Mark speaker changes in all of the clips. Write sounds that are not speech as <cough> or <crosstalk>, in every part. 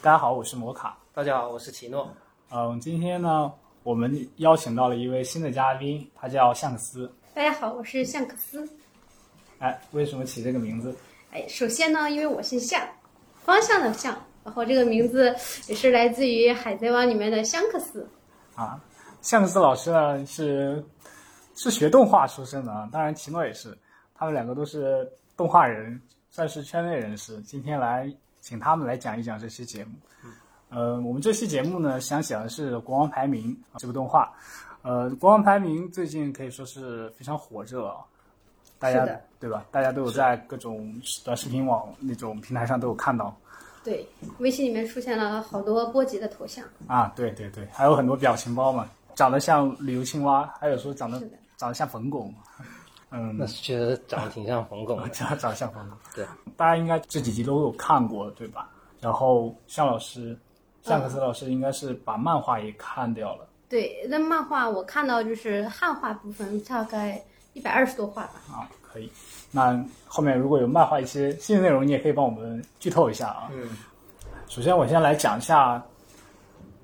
Speaker 1: 大家好，我是摩卡。
Speaker 2: 大家好，我是奇诺。
Speaker 1: 嗯，今天呢，我们邀请到了一位新的嘉宾，他叫向克斯。
Speaker 3: 大家好，我是向克斯。
Speaker 1: 哎，为什么起这个名字？
Speaker 3: 哎，首先呢，因为我姓向，方向的向，然后这个名字也是来自于《海贼王》里面的香克斯。
Speaker 1: 啊，向克斯老师呢是是学动画出身的啊，当然奇诺也是，他们两个都是动画人，算是圈内人士。今天来请他们来讲一讲这期节目。呃，我们这期节目呢，想讲的是《国王排名》啊这部动画。呃，《国王排名》最近可以说是非常火热啊，大家
Speaker 3: 是的
Speaker 1: 对吧？大家都有在各种短视频网那种平台上都有看到
Speaker 3: 对，微信里面出现了好多波吉的头像。
Speaker 1: 啊，对对对，还有很多表情包嘛，长得像旅游青蛙，还有说长得
Speaker 3: 是的
Speaker 1: 长得像冯巩，嗯。
Speaker 2: 那，确实长得挺像冯巩
Speaker 1: <laughs>
Speaker 2: 的
Speaker 1: 长长得像冯巩，
Speaker 2: 对，
Speaker 1: 大家应该这几集都有看过对吧？然后向老师，向
Speaker 3: 嗯
Speaker 1: 克斯老师应该是把漫画也看掉了
Speaker 3: 对，那漫画我看到就是汉化部分，大概一百二十多话吧。
Speaker 1: 啊，可以。那后面如果有漫画一些新的内容，你也可以帮我们剧透一下啊。
Speaker 2: 嗯，
Speaker 1: 首先，我先来讲一下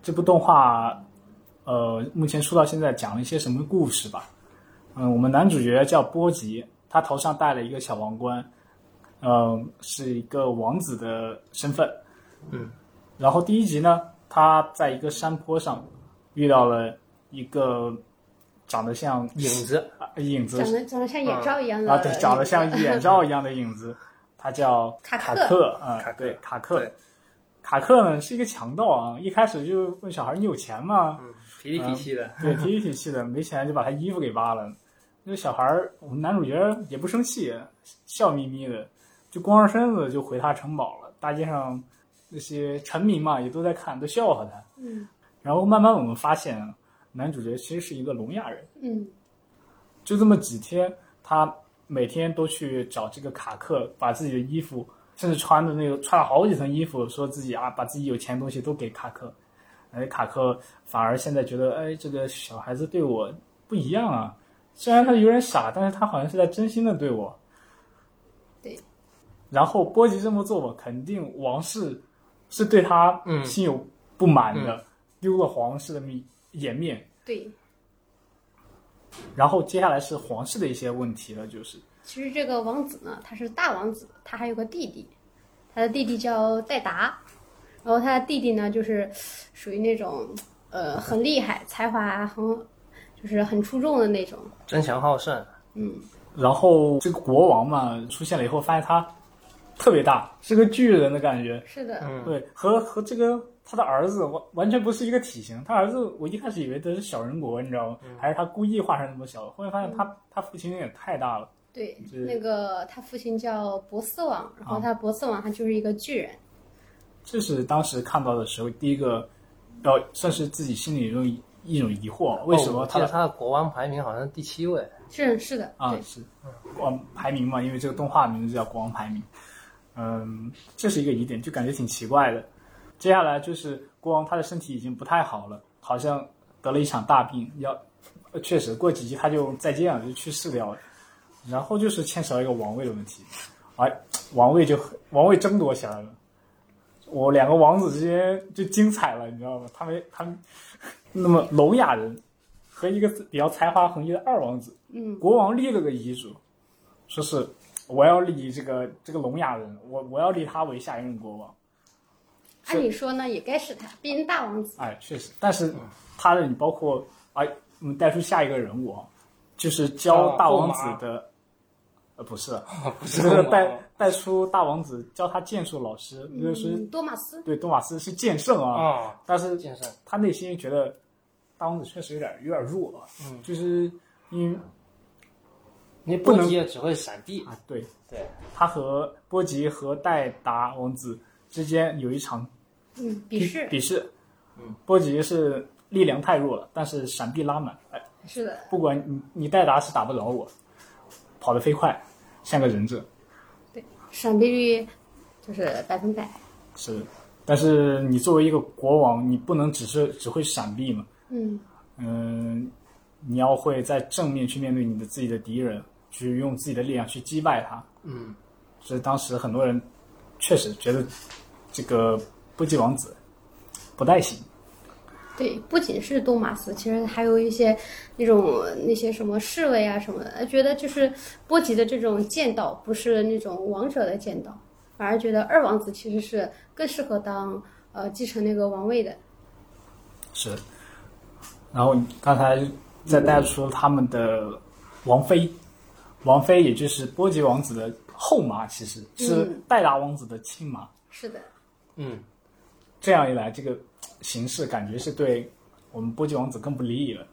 Speaker 1: 这部动画，呃，目前出到现在讲了一些什么故事吧。嗯，我们男主角叫波吉，他头上戴了一个小王冠，嗯、是一个王子的身份。
Speaker 2: 嗯，
Speaker 1: 然后第一集呢，他在一个山坡上遇到了一个长得像
Speaker 2: 影子，
Speaker 1: 啊影子
Speaker 3: 长得长得像眼罩一样的
Speaker 1: 啊，对，长得像眼罩一样的影子，他叫
Speaker 3: 卡
Speaker 1: 卡
Speaker 3: 克
Speaker 1: 克啊、
Speaker 2: 卡克
Speaker 1: 对，卡克
Speaker 2: 对。
Speaker 1: 卡克呢是一个强盗啊，一开始就问小孩儿你有钱吗？
Speaker 2: 嗯，痞里痞气的，
Speaker 1: 对，脾气脾气的，没钱就把他衣服给扒了。那小孩儿，我们男主角也不生气，笑眯眯的，就光着身子就回他城堡了。大街上那些臣民嘛，也都在看，都笑话他。
Speaker 3: 嗯
Speaker 1: 然后慢慢我们发现，男主角其实是一个聋哑人。
Speaker 3: 嗯，
Speaker 1: 就这么几天，他每天都去找这个卡克，把自己的衣服，甚至穿的那个穿了好几层衣服，说自己啊，把自己有钱的东西都给卡克。哎，卡克反而现在觉得，哎，这个小孩子对我不一样啊。虽然他有点傻，但是他好像是在真心的对我。
Speaker 3: 对。
Speaker 1: 然后波吉这么做，肯定王室是对他
Speaker 2: 嗯
Speaker 1: 心有不满的，丢了皇室的面颜面。
Speaker 3: 对，
Speaker 1: 然后接下来是皇室的一些问题了，就是
Speaker 3: 其实这个王子呢，他是大王子，他还有个弟弟，他的弟弟叫戴达，然后他的弟弟呢，就是属于那种呃很厉害，才华很就是很出众的那种，
Speaker 2: 争强好胜。
Speaker 3: 嗯，
Speaker 1: 然后这个国王嘛出现了以后，发现他特别大，是个巨人的感觉。
Speaker 3: 是的，
Speaker 2: 嗯，
Speaker 1: 对，和和这个他的儿子完完全不是一个体型。他儿子我一开始以为他是小人国，你知道吗？
Speaker 2: 嗯
Speaker 1: 还是他故意画成那么小？后面发现他、他父亲也太大了。
Speaker 3: 对，
Speaker 1: 这
Speaker 3: 那个他父亲叫博斯王，然
Speaker 1: 啊
Speaker 3: 后他博斯王他就是一个巨人，
Speaker 1: 这是当时看到的时候第一个，呃，算是自己心里一种一种疑惑，为什
Speaker 2: 哦
Speaker 1: 么
Speaker 2: 我
Speaker 1: 他
Speaker 2: 记
Speaker 1: 的
Speaker 2: 得他的国王排名好像第七位？
Speaker 3: 是是的，
Speaker 1: 啊，
Speaker 3: 对，
Speaker 1: 是国王排名嘛，因为这个动画名字叫国王排名，嗯，这是一个疑点，就感觉挺奇怪的。接下来就是国王他的身体已经不太好了，好像得了一场大病，要呃确实过几集他就再见了，就去世掉了。然后就是牵扯到一个王位的问题，哎，王位就很王位争夺起来了。我两个王子之间就精彩了，你知道吗？他们他们那么聋哑人和一个比较才华横溢的二王子，
Speaker 3: 嗯，
Speaker 1: 国王立了个遗嘱，说是我要立这个这个聋哑人，我我要立他为下一任国王。
Speaker 3: 按理说呢也该是他，毕竟大王子，
Speaker 1: 哎，确实，但是他的你包括哎，我们带出下一个人物，啊，就是教
Speaker 2: 啊
Speaker 1: 大王子的，呃， <laughs> 不是，<laughs>
Speaker 2: 不
Speaker 1: 就是是
Speaker 2: 国王
Speaker 1: 带带出大王子教他剑术老师，就是
Speaker 3: 嗯，多马斯，
Speaker 1: 对多马斯是剑圣啊，
Speaker 2: 啊，
Speaker 1: 但是
Speaker 2: 剑圣。
Speaker 1: 他内心觉得大王子确实有点有点弱啊，
Speaker 2: 嗯
Speaker 1: 就是因为
Speaker 2: 你
Speaker 1: 不
Speaker 2: 不
Speaker 1: 能
Speaker 2: 急也只会闪避。
Speaker 1: 啊对。
Speaker 2: 对，
Speaker 1: 他和波吉和戴达王子之间有一场
Speaker 3: 嗯，比试，
Speaker 1: 比试。
Speaker 2: 嗯，
Speaker 1: 波吉是力量太弱了，但是闪避拉满，哎，
Speaker 3: 是的，
Speaker 1: 不管你你戴达是打不着我，跑得飞快，像个忍者
Speaker 3: 闪避率就是百分百，
Speaker 1: 是。但是你作为一个国王，你不能只是只会闪避嘛，
Speaker 3: 嗯。
Speaker 1: 嗯，你要会在正面去面对你的自己的敌人，去用自己的力量去击败他。
Speaker 2: 嗯，
Speaker 1: 所以当时很多人确实觉得这个不羁王子，不太行。
Speaker 3: 对，不仅是东马斯，其实还有一些那种那些什么侍卫啊什么的，呃觉得就是波吉的这种剑道不是那种王者的剑道，反而觉得二王子其实是更适合当呃继承那个王位的。
Speaker 1: 是。然后刚才在带出他们的王妃，王妃也就是波吉王子的后妈，其实是
Speaker 3: 嗯
Speaker 1: 戴达王子的亲妈。
Speaker 3: 是的，
Speaker 2: 嗯，
Speaker 1: 这样一来，这个形式感觉是对我们波吉王子更不利了。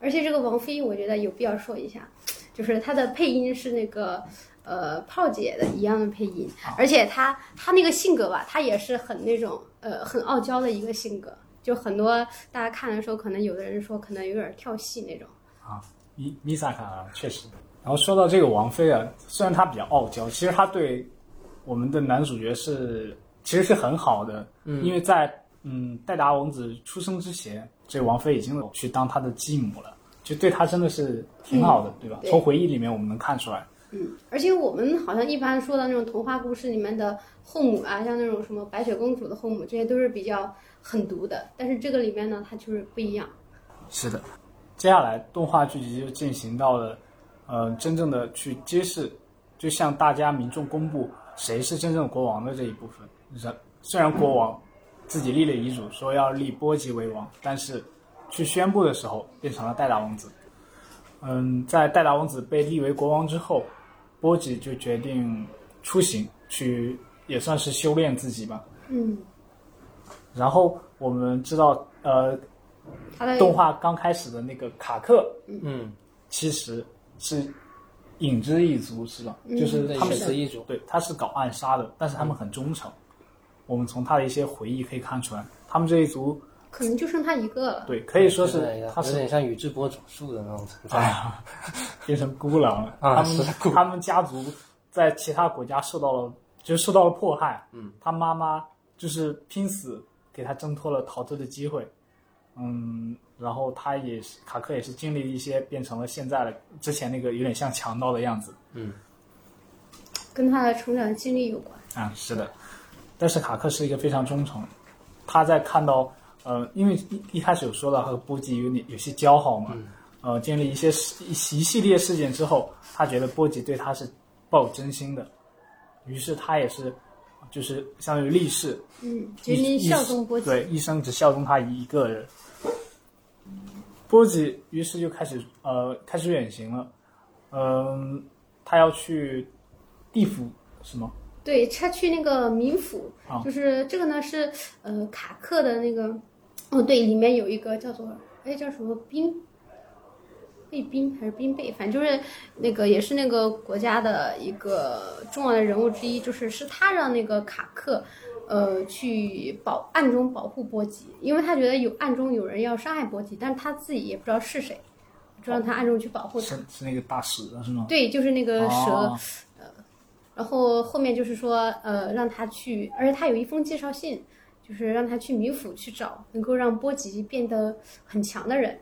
Speaker 3: 而且这个王妃我觉得有必要说一下，就是她的配音是那个呃炮姐的一样的配音，而且她她那个性格吧，她也是很那种呃很傲娇的一个性格，就很多大家看的时候，可能有的人说可能有点跳戏那种。
Speaker 1: 米米萨卡啊确实。然后说到这个王菲啊，虽然她比较傲娇，其实她对我们的男主角是其实是很好的，嗯、因为在嗯戴达王子出生之前，这王菲已经有去当他的继母了，就对他真的是挺好的，嗯对吧？
Speaker 3: 对
Speaker 1: 从回忆里面我们能看出来，
Speaker 3: 嗯，而且我们好像一般说的那种童话故事里面的后母啊，像那种什么白雪公主的后母，这些都是比较狠毒的。但是这个里面呢，它就是不一样。
Speaker 1: 是的，接下来动画剧集就进行到了，呃，真正的去揭示，就向大家民众公布谁是真正的国王的这一部分。然虽然国王自己立了遗嘱，说要立波吉为王，但是去宣布的时候变成了戴达王子。嗯，在戴达王子被立为国王之后，波吉就决定出行去，也算是修炼自己吧。
Speaker 3: 嗯，
Speaker 1: 然后我们知道，呃，
Speaker 3: 它的
Speaker 1: 动画刚开始的那个卡克，
Speaker 2: 嗯，
Speaker 1: 其实是影之一族，是吧？就是
Speaker 2: 对
Speaker 1: 嗯他们
Speaker 2: 影之一族
Speaker 1: 对，他是搞暗杀的，但是他们很忠诚。我们从他的一些回忆可以看出来，他们这一族
Speaker 3: 可能就剩它一个了。
Speaker 1: 对可以说
Speaker 2: 有
Speaker 1: 是
Speaker 2: 点
Speaker 1: 他
Speaker 2: 有
Speaker 1: 是
Speaker 2: 点像宇智波总树的那种存
Speaker 1: 哎
Speaker 2: 在。
Speaker 1: 呀，变成孤狼了。他
Speaker 2: 啊
Speaker 1: 们
Speaker 2: 是孤
Speaker 1: 他们家族在其他国家受到了就是受到了迫害。嗯，他妈妈就是拼死给他挣脱了逃脱的机会。嗯，然后他也是卡克也是经历了一些变成了现在的之前那个有点像强盗的样子。
Speaker 3: 跟他的成长经历有关。
Speaker 1: 啊，是的，但是卡克是一个非常忠诚，他在看到呃，因为一一开始有说到他和波吉有点有些交好嘛，呃，经历一些事一一系列事件之后，他觉得波吉对他是抱有真心的，于是他也是就是相当于立誓，
Speaker 3: 嗯，决
Speaker 1: 一
Speaker 3: 定
Speaker 1: 一
Speaker 3: 效忠波吉。
Speaker 1: 对，一生只效忠他一个人。波吉于是就开始呃开始远行了，嗯、他要去地府什么？
Speaker 3: 对，他去那个冥府，
Speaker 1: 啊
Speaker 3: 就是这个呢是呃卡克的那个，哦对，里面有一个叫做哎叫什么冰，贝冰还是冰贝，反正就是那个也是那个国家的一个重要的人物之一，就是是他让那个卡克。呃，去保暗中保护波吉，因为他觉得有暗中有人要伤害波吉，但是他自己也不知道是谁，就让他暗中去保护他。
Speaker 1: 是是那个大使是吗？
Speaker 3: 对，就是那个呃蛇，
Speaker 1: 哦
Speaker 3: 然后后面就是说，呃，让他去，而且他有一封介绍信，就是让他去冥府去找能够让波吉变得很强的人。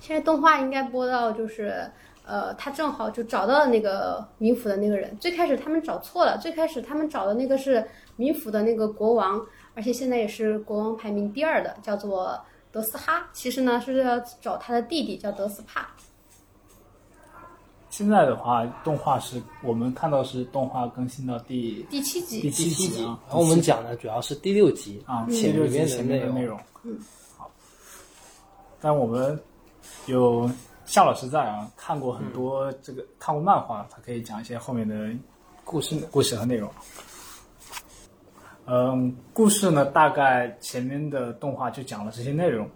Speaker 3: 现在动画应该播到就是，呃，他正好就找到了那个冥府的那个人。最开始他们找错了，最开始他们找的那个是冥府的那个国王，而且现在也是国王排名第二的，叫做德斯哈。其实呢是要找他的弟弟叫德斯帕。
Speaker 1: 现在的话，动画是我们看到是动画更新到第
Speaker 3: 第七集，
Speaker 1: 第七
Speaker 2: 第七
Speaker 1: 集
Speaker 2: 集，
Speaker 1: 啊，
Speaker 2: 然后我们讲的主要是第六集
Speaker 1: 啊第
Speaker 2: 前
Speaker 1: 六
Speaker 2: 里
Speaker 1: 集
Speaker 2: 面的
Speaker 1: 前面的内
Speaker 2: 内容。
Speaker 1: 容。嗯，好。但我们有夏老师在啊，看过很多这个看过漫画，他可以讲一些后面的
Speaker 2: 故事
Speaker 1: 故事和内容。嗯，故事呢，大概前面的动画就讲了这些内容。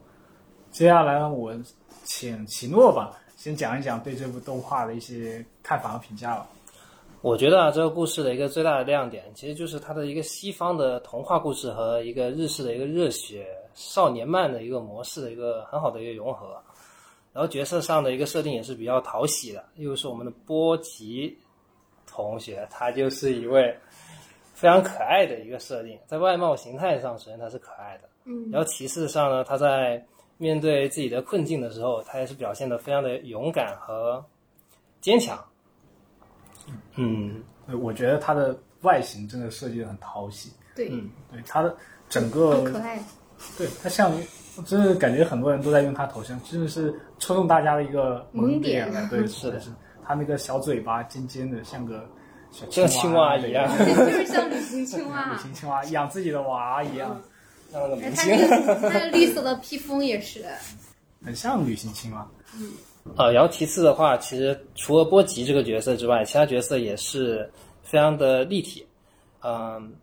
Speaker 1: 接下来呢，我请奇诺吧，先讲一讲对这部动画的一些看法和评价吧。
Speaker 2: 我觉得啊，这个故事的一个最大的亮点，其实就是它的一个西方的童话故事和一个日式的一个热血少年漫的一个模式的一个很好的一个融合。啊然后角色上的一个设定也是比较讨喜的，例如说我们的波吉同学，他就是一位非常可爱的一个设定，在外貌形态上，首先他是可爱的，
Speaker 3: 嗯，
Speaker 2: 然后其次上呢，他在面对自己的困境的时候，他也是表现的非常的勇敢和坚强。嗯，
Speaker 1: 对，我觉得它的外形真的设计的很讨喜。
Speaker 3: 对。
Speaker 1: 对它的整
Speaker 3: 好
Speaker 1: 个
Speaker 3: 可爱。
Speaker 1: 对它像，真的感觉很多人都在用它头像，真的是戳中大家的一个
Speaker 3: 萌
Speaker 1: 点
Speaker 3: 点 <laughs>
Speaker 1: 了。对，
Speaker 2: 是的
Speaker 1: 是它那个小嘴巴尖尖的，像个小
Speaker 2: 像青蛙一
Speaker 1: <laughs>
Speaker 2: 样，
Speaker 3: 这 <laughs> 就是像旅行青蛙
Speaker 1: 旅
Speaker 3: 啊，
Speaker 1: 行青蛙养自己的娃一样，
Speaker 2: 像那个
Speaker 3: 而
Speaker 2: 明
Speaker 3: 它
Speaker 2: 星。
Speaker 3: 那个它的绿色的披风也是，
Speaker 1: 很像旅行青蛙。
Speaker 2: 呃，然后其次的话，其实除了波吉这个角色之外，其他角色也是非常的立体。嗯、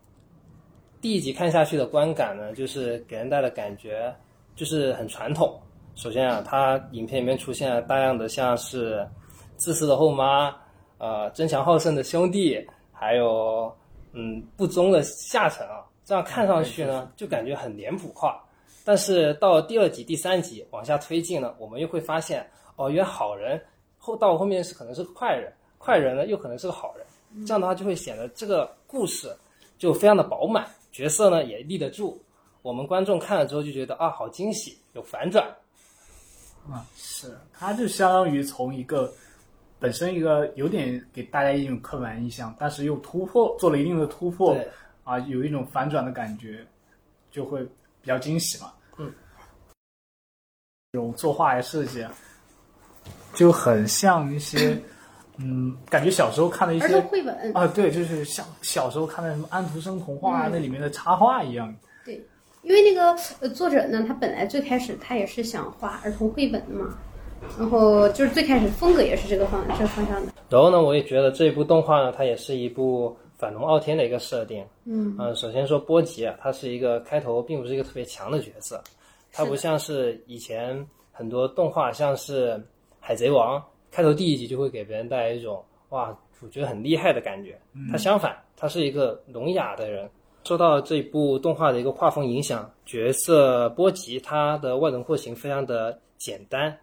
Speaker 2: 第一集看下去的观感呢，就是给人带的感觉就是很传统。首先啊，它影片里面出现了大量的像是自私的后妈，呃，争强好胜的兄弟，还有嗯不忠的下层啊，这样看上去呢，就感觉很脸谱化。但是到了第二集、第三集往下推进呢，我们又会发现，哦，原来好人后到后面是可能是个坏人，坏人呢又可能是个好人，这样的话就会显得这个故事就非常的饱满，角色呢也立得住，我们观众看了之后就觉得啊，好惊喜，有反转，
Speaker 1: 啊，是，它就相当于从一个本身一个有点给大家一种刻板印象，但是又突破，做了一定的突破
Speaker 2: 对，
Speaker 1: 啊，有一种反转的感觉，就会比较惊喜嘛。
Speaker 2: 嗯，
Speaker 1: 这种作画呀、设计啊，就很像一
Speaker 3: <coughs>
Speaker 1: 些，嗯，感觉小时候看的一
Speaker 3: 儿
Speaker 1: 些
Speaker 3: 童绘本，嗯
Speaker 1: 啊，对，就是像小时候看的什么安徒生童话、啊那里面的插画一样。
Speaker 3: 对，因为那个呃作者呢，他本来最开始他也是想画儿童绘本的嘛，然后就是最开始风格也是这个方这个方向的，
Speaker 2: 然后呢，我也觉得这部动画呢，它也是一部反龙傲天的一个设定。
Speaker 3: 嗯
Speaker 2: 呃首先说波吉啊，他是一个开头并不是一个特别强的角色，他不像是以前很多动画，像是《海贼王》开头第一集就会给别人带来一种哇主角很厉害的感觉。他相反，他是一个聋哑的人。受到这部动画的一个画风影响，角色波吉他的外轮廓形非常的简单，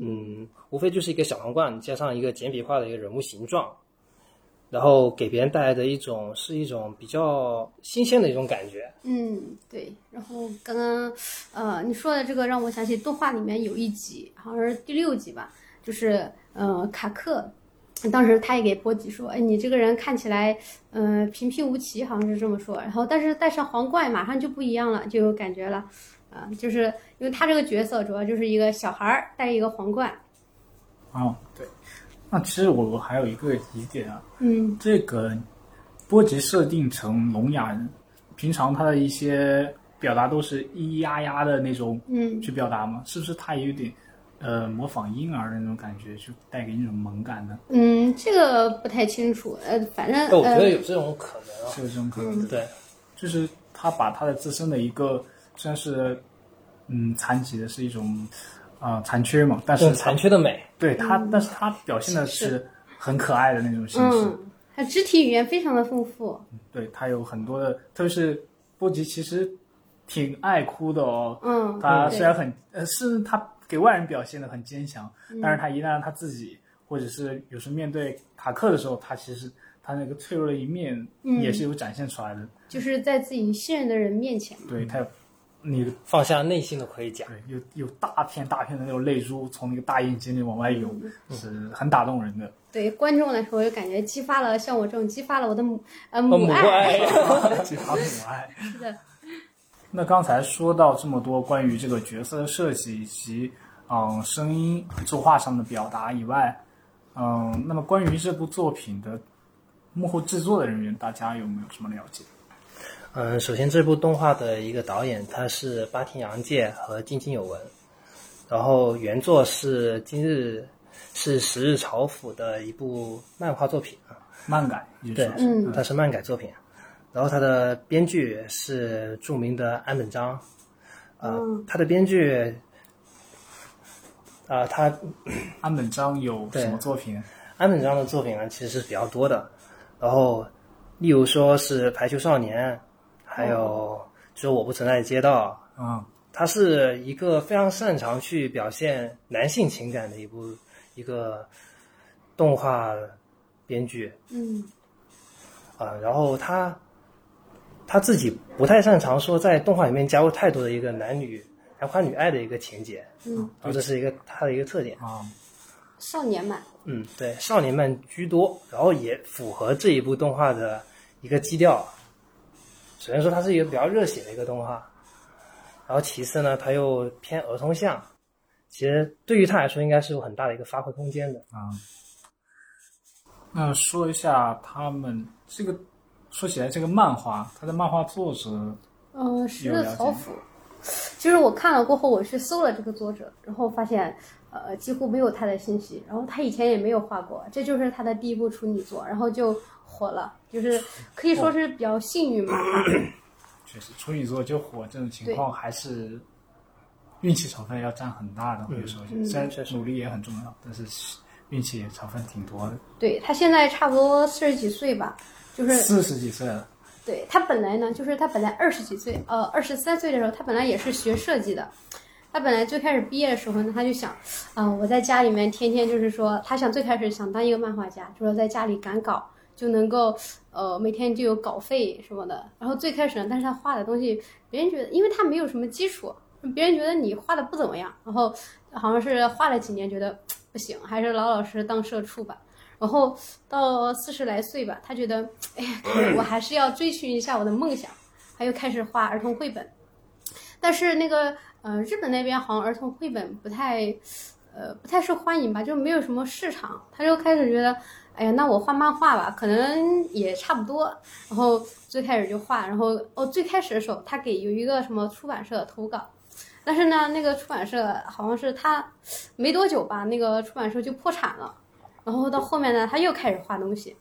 Speaker 2: 嗯，无非就是一个小皇冠加上一个简笔画的一个人物形状，然后给别人带来的一种是一种比较新鲜的一种感觉。
Speaker 3: 嗯，对。然后刚刚呃你说的这个让我想起动画里面有一集，好像是第六集吧，就是呃卡克。当时他也给波吉说：“哎，你这个人看起来，呃，平平无奇，好像是这么说。然后，但是戴上皇冠，马上就不一样了，就有感觉了。啊、就是因为他这个角色主要就是一个小孩儿戴着一个皇冠，
Speaker 1: 啊，对。那其实我我还有一个疑点啊，
Speaker 3: 嗯，
Speaker 1: 这个波及设定成聋哑人，平常他的一些表达都是咿咿呀呀的那种
Speaker 3: 嗯，
Speaker 1: 去表达吗？是不是他也有点呃模仿婴儿的那种感觉，就带给你一种萌感呢？
Speaker 3: 嗯，这个不太清楚，呃，反正
Speaker 2: 但我觉得
Speaker 3: 呃，
Speaker 2: 有这种可能啊，
Speaker 1: 是有这种可能的，
Speaker 2: 对，
Speaker 1: 就是他把他的自身的一个算是嗯残疾的是一种啊、呃残缺嘛，但
Speaker 2: 这种
Speaker 1: 是
Speaker 2: 残缺的美。
Speaker 1: 对他，但是他表现的是很可爱的那种形式。
Speaker 3: 嗯，他肢体语言非常的丰富，
Speaker 1: 对他有很多的，特别是波吉其实挺爱哭的哦。
Speaker 3: 嗯，
Speaker 1: 他
Speaker 3: 对
Speaker 1: 虽然很呃，是他给外人表现的很坚强，
Speaker 3: 嗯
Speaker 1: 但是他一旦他自己，或者是有时面对卡克的时候，他其实他那个脆弱的一面
Speaker 3: 嗯
Speaker 1: 也是有展现出来的。
Speaker 3: 就是在自己信任的人面前嘛，
Speaker 1: 对他有，你
Speaker 2: 放下内心的盔甲，
Speaker 1: 对有有大片大片的那种泪珠从那个大眼睛里往外涌，
Speaker 3: 嗯
Speaker 1: 是很打动人
Speaker 3: <laughs>
Speaker 1: 的。
Speaker 3: 对观众来说，我就感觉激发了像我这种激发了我的母呃
Speaker 2: 哦
Speaker 3: 母
Speaker 2: 母
Speaker 3: 爱，
Speaker 2: 爱，
Speaker 1: 激发母爱。
Speaker 3: 是
Speaker 1: <laughs>
Speaker 3: 的，
Speaker 1: 那刚才说到这么多关于这个角色的设计以及嗯、呃声音作画上的表达以外，嗯、那么关于这部作品的幕后制作的人员，大家有没有什么了解？
Speaker 2: <laughs> 嗯，首先这部动画的一个导演他是八田洋介和津津有文，然后原作是今日是十日朝辅的一部漫画作品啊，
Speaker 1: 漫改也
Speaker 2: 对
Speaker 1: 算，是
Speaker 3: 嗯
Speaker 2: 它是漫改作品，然后它的编剧是著名的安本章，呃，他的编剧，啊、他
Speaker 1: 安本章有什么作品？
Speaker 2: 安本章的作品呢其实是比较多的，然后例如说是《排球少年》，还有只有我不存在的街道，
Speaker 1: 嗯，
Speaker 2: 他是一个非常擅长去表现男性情感的一部一个动画编剧
Speaker 3: 嗯
Speaker 2: 啊、然后他他自己不太擅长说在动画里面加入太多的一个男女男欢女爱的一个情节，啊
Speaker 3: 嗯，
Speaker 2: 这是一个他的一个特点。
Speaker 1: 啊、
Speaker 3: 少年版，
Speaker 2: 嗯，对，少年漫居多，然后也符合这一部动画的一个基调。首先说它是一个比较热血的一个动画，然后其次呢，它又偏儿童向，其实对于它来说应该是有很大的一个发挥空间的。
Speaker 1: 啊、那说一下他们这个，说起来这个漫画，它的漫画作者
Speaker 3: 嗯，十
Speaker 1: 有
Speaker 3: 字
Speaker 1: 了
Speaker 3: 草
Speaker 1: 解
Speaker 3: 辅。就是我看了过后，我去搜了这个作者，然后发现，呃，几乎没有他的信息。然后他以前也没有画过，这就是他的第一部处女作，然后就火了，就是可以说是比较幸运吧。
Speaker 1: 确实处女座就火这种情况还是运气成分要占很大的，我就说一下，
Speaker 3: 嗯
Speaker 1: 虽然
Speaker 2: 确实
Speaker 1: 努力也很重要，但是运气也成分挺多的。
Speaker 3: 对他现在差不多四十几岁吧，就是
Speaker 1: 四十几岁了，
Speaker 3: 对他本来呢，就是他本来二十几岁，呃，二十三岁的时候，他本来也是学设计的。他本来最开始毕业的时候呢，他就想，啊、我在家里面天天就是说，他想最开始想当一个漫画家，就说在家里赶稿就能够，呃，每天就有稿费什么的。然后最开始呢，但是他画的东西，别人觉得，因为他没有什么基础，别人觉得你画的不怎么样。然后好像是画了几年，觉得不行，还是老老实实当社畜吧。然后到四十来岁吧，他觉得，哎呀， <clears throat> 可能我还是要追寻一下我的梦想，他又开始画儿童绘本。但是那个呃，日本那边好像儿童绘本不太，呃，不太受欢迎吧，就没有什么市场。他就开始觉得，哎呀，那我画漫画吧，可能也差不多。然后最开始就画，然后哦，最开始的时候他给有一个什么出版社投稿，但是呢，那个出版社好像是他没多久吧，那个出版社就破产了。然后到后面呢，他又开始画东西，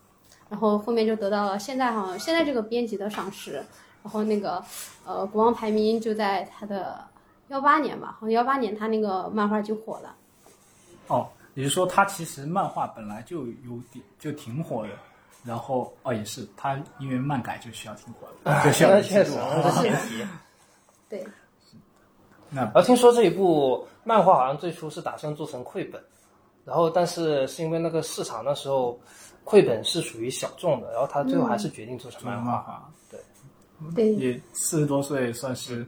Speaker 3: 然后后面就得到了现在好像现在这个编辑的赏识，然后那个呃国王排名就在他的幺八年吧，好像幺八年他那个漫画就火了。
Speaker 1: 哦，也就是说他其实漫画本来就有点就挺火的，然后哦也是他因为漫改就需要挺火的，
Speaker 2: <laughs>
Speaker 1: 就需要
Speaker 2: 啊那
Speaker 1: 有
Speaker 2: 确
Speaker 1: 进
Speaker 2: 实
Speaker 1: 度
Speaker 2: 那是前提。
Speaker 3: 对，
Speaker 1: 那
Speaker 2: 然后听说这一部漫画好像最初是打算做成绘本，然后但是是因为那个市场那时候绘本是属于小众的，然后他最后还是决定做成
Speaker 1: 漫
Speaker 2: 漫画。
Speaker 1: 画
Speaker 3: 对
Speaker 1: 嗯也四十多岁算是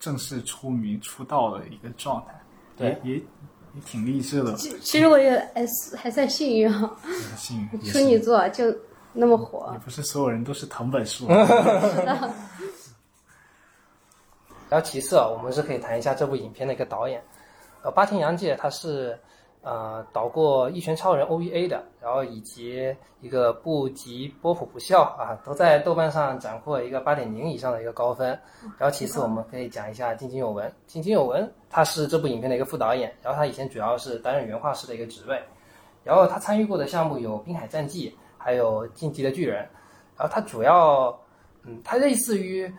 Speaker 1: 正式出名出道的一个状态，
Speaker 2: 对
Speaker 1: 也也也挺励志的，
Speaker 3: 其其实我觉得还还算幸运哈，
Speaker 1: 很幸运。也
Speaker 3: 处
Speaker 1: 是
Speaker 3: 女座就那
Speaker 2: 啊
Speaker 3: 么火
Speaker 1: 也。不是所有人都是藤本树，啊
Speaker 2: <laughs> 然后其次啊，我们是可以谈一下这部影片的一个导演，呃，八田洋介他是呃导过《一拳超人 OVA》的，然后以及一个不及波普不笑啊，都在豆瓣上斩获一个八点零以上的一个高分。然后其次我们可以讲一下津津有文，津津有文他是这部影片的一个副导演，然后他以前主要是担任原画师的一个职位，然后他参与过的项目有《滨海战记》，还有《进击的巨人》，然后他主要嗯，他类似于。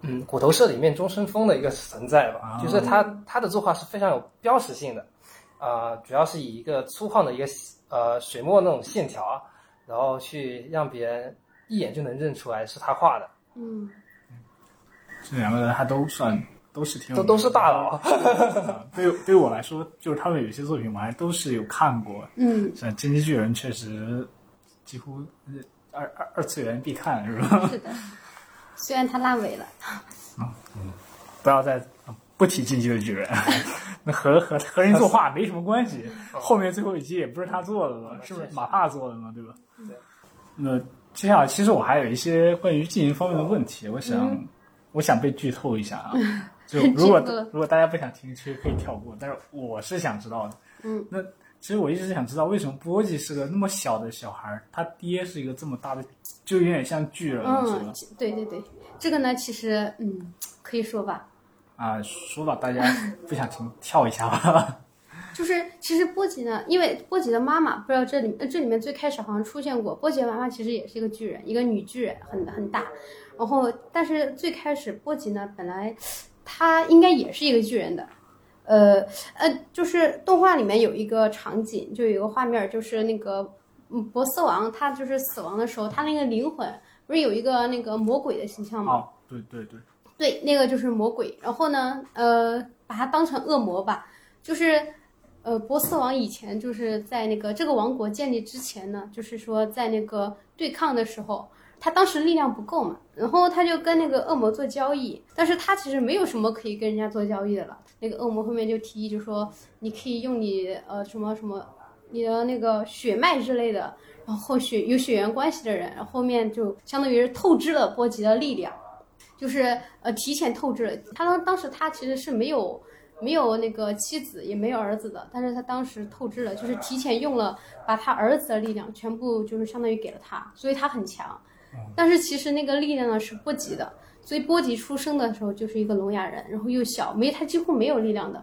Speaker 2: 嗯，骨头社里面中村风的一个存在吧
Speaker 1: 啊，
Speaker 2: 就是他他的作画是非常有标识性的，啊、主要是以一个粗犷的一个呃水墨那种线条啊，然后去让别人一眼就能认出来是他画的，
Speaker 3: 嗯，
Speaker 1: 这两个人还都算都是挺有
Speaker 2: 都都是大佬。
Speaker 1: 啊对对我来说，就是他们有些作品我还都是有看过，
Speaker 3: 嗯，
Speaker 1: 像《进击巨人》确实几乎呃二二二次元必看是吧？
Speaker 3: 是的，虽然他烂尾了，
Speaker 1: 不要再不提《进击的巨人》， <laughs> 那和和和人作
Speaker 3: <laughs>
Speaker 1: 画没什么关系。后面最后一集也不是他做的
Speaker 3: 哦
Speaker 1: 嘛，是不是马帕做的嘛？对吧？
Speaker 2: 对。
Speaker 1: 那接下来，其实我还有一些关于进行方面的问
Speaker 3: 嗯
Speaker 1: 题，我想、我想被剧透一下
Speaker 3: <laughs>
Speaker 1: 啊。就如果
Speaker 3: 剧透
Speaker 1: 如果大家不想听，其实可以跳过，但是我是想知道的。
Speaker 3: 嗯。
Speaker 1: 那其实我一直想知道，为什么波吉是个那么小的小孩儿，他爹是一个这么大的，就有点像巨人了，是吧
Speaker 3: 嗯？，对对对，这个呢，其实嗯，可以说吧，
Speaker 1: 啊，说吧，大家不想听，跳一下吧。
Speaker 3: 就是其实波吉呢，因为波吉的妈妈不知道这里呃这里面最开始好像出现过，波吉的妈妈其实也是一个巨人，一个女巨人，很很大。然后但是最开始波吉呢，本来她应该也是一个巨人的。呃呃，就是动画里面有一个场景，就有一个画面，就是那个嗯博斯王他就是死亡的时候，他那个灵魂不是有一个那个魔鬼的形象吗？
Speaker 1: 哦，对对对，
Speaker 3: 对，那个就是魔鬼。然后呢，呃，把它当成恶魔吧。就是，呃，波斯王以前就是在那个这个王国建立之前呢，就是说在那个对抗的时候，他当时力量不够嘛，然后他就跟那个恶魔做交易，但是他其实没有什么可以跟人家做交易的了。那个恶魔后面就提议，就说你可以用你呃什么什么你的那个血脉之类的，然后血有血缘关系的人，然后后面就相当于是透支了波吉的力量。就是呃提前透支了。他当当时他其实是没有没有那个妻子也没有儿子的，但是他当时透支了，就是提前用了把他儿子的力量全部就是相当于给了他，所以他很强。但是其实那个力量呢是不及的，所以波吉出生的时候就是一个聋哑人，然后又小，没他几乎没有力量的。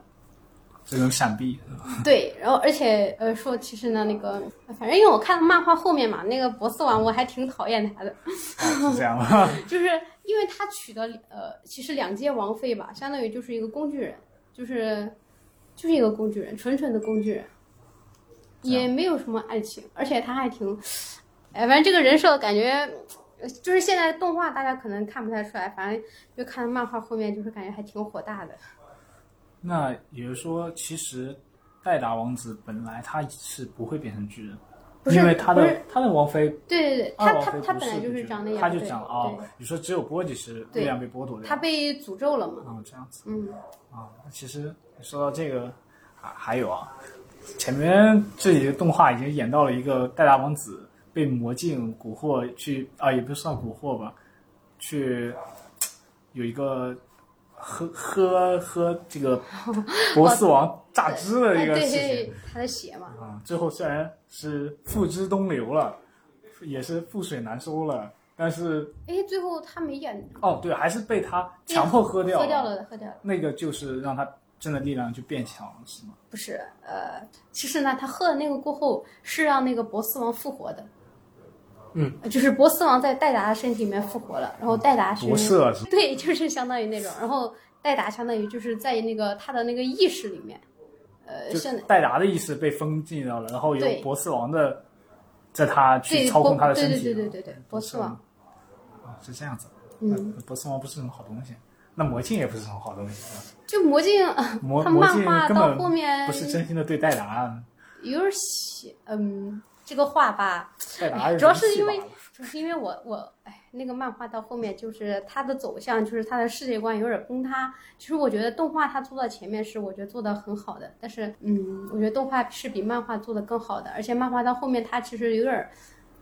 Speaker 1: 这种闪避，
Speaker 3: 对，然后而且呃说，其实呢那个，反正因为我看漫画后面嘛，那个博斯王我还挺讨厌他的，
Speaker 1: 哦是这样吗？ <laughs>
Speaker 3: 就是因为他娶的呃，其实两届王妃吧，相当于就是一个工具人，就是就是一个工具人，纯纯的工具人，
Speaker 1: 啊
Speaker 3: 也没有什么爱情，而且他还挺，哎，反正这个人设感觉。呃就是现在动画大家可能看不太出来，反正就看漫画后面，就是感觉还挺火大的。
Speaker 1: 那也就是说，其实戴达王子本来他是不会变成巨人，
Speaker 3: 不是
Speaker 1: 因为他
Speaker 3: 不
Speaker 1: 的
Speaker 3: 是
Speaker 1: 他的王妃
Speaker 3: 对对对，
Speaker 1: 二
Speaker 3: 他
Speaker 1: 王
Speaker 3: 他
Speaker 1: 妃
Speaker 3: 他
Speaker 1: 不
Speaker 3: 本来就
Speaker 1: 巨
Speaker 3: 是
Speaker 1: 人
Speaker 3: 长那样，
Speaker 1: 他就
Speaker 3: 对
Speaker 1: 讲了
Speaker 3: 对
Speaker 1: 哦，你说只有波吉是力
Speaker 3: 对
Speaker 1: 量被剥夺掉
Speaker 3: 他，被诅咒了嘛？
Speaker 1: 哦这样子
Speaker 3: 嗯，
Speaker 1: 啊。那其实说到这个，还还有啊，前面这里的动画已经演到了一个戴达王子被魔镜蛊惑去啊，也不算蛊惑吧，去有一个。喝喝喝，这
Speaker 3: <laughs>
Speaker 1: 个博斯王榨汁的
Speaker 3: 哎
Speaker 1: 一个
Speaker 3: 对
Speaker 1: 事情，
Speaker 3: 对，他的血嘛，
Speaker 1: 啊，最后虽然是付之东流了，也是覆水难收了，但是
Speaker 3: 哎，最后他没演，
Speaker 1: 哦，对，还是被他强迫喝掉
Speaker 3: 喝掉了，喝掉了，
Speaker 1: 那个就是让他真的力量就变强了，是吗？
Speaker 3: 不是，呃，其实呢，他喝了那个过后是让那个博斯王复活的，呃
Speaker 2: 嗯，
Speaker 3: 就是博斯王在戴达的身体里面复活了，然后戴达是
Speaker 1: 夺舍啊是吗
Speaker 3: 对，就是相当于那种，然后戴达相当于就是在那个他的那个意识里面，呃，
Speaker 1: 就
Speaker 3: 现在
Speaker 1: 戴达的意识被封禁到了，然后
Speaker 3: 对
Speaker 1: 由博斯王的在他去
Speaker 3: 对
Speaker 1: 操控
Speaker 3: 博
Speaker 1: 他的
Speaker 3: 对
Speaker 1: 身
Speaker 3: 对
Speaker 1: 体
Speaker 3: 对
Speaker 1: 了，
Speaker 3: 对对对，博斯王，
Speaker 1: 啊是这样子，
Speaker 3: 嗯，
Speaker 1: 那博斯王不是什么好东西，啊那魔镜也不是什么好东西，啊
Speaker 3: 就魔镜， <laughs>
Speaker 1: 魔
Speaker 3: 嗯他
Speaker 1: 魔
Speaker 3: 漫
Speaker 1: 镜
Speaker 3: 画
Speaker 1: 根
Speaker 3: 到
Speaker 1: 本
Speaker 3: 后面
Speaker 1: 不是真心的对戴达，啊
Speaker 3: 有点写，嗯，这个画吧，
Speaker 1: 戴达
Speaker 3: 哎主要
Speaker 1: 人
Speaker 3: 是
Speaker 1: 气
Speaker 3: 因为
Speaker 1: 罢了
Speaker 3: <laughs> 就是因为我我哎，那个漫画到后面就是它的走向，就是它的世界观有点崩塌。其实我觉得动画它做到前面是我觉得做的很好的，但是嗯，我觉得动画是比漫画做的更好的，而且漫画到后面它其实有点。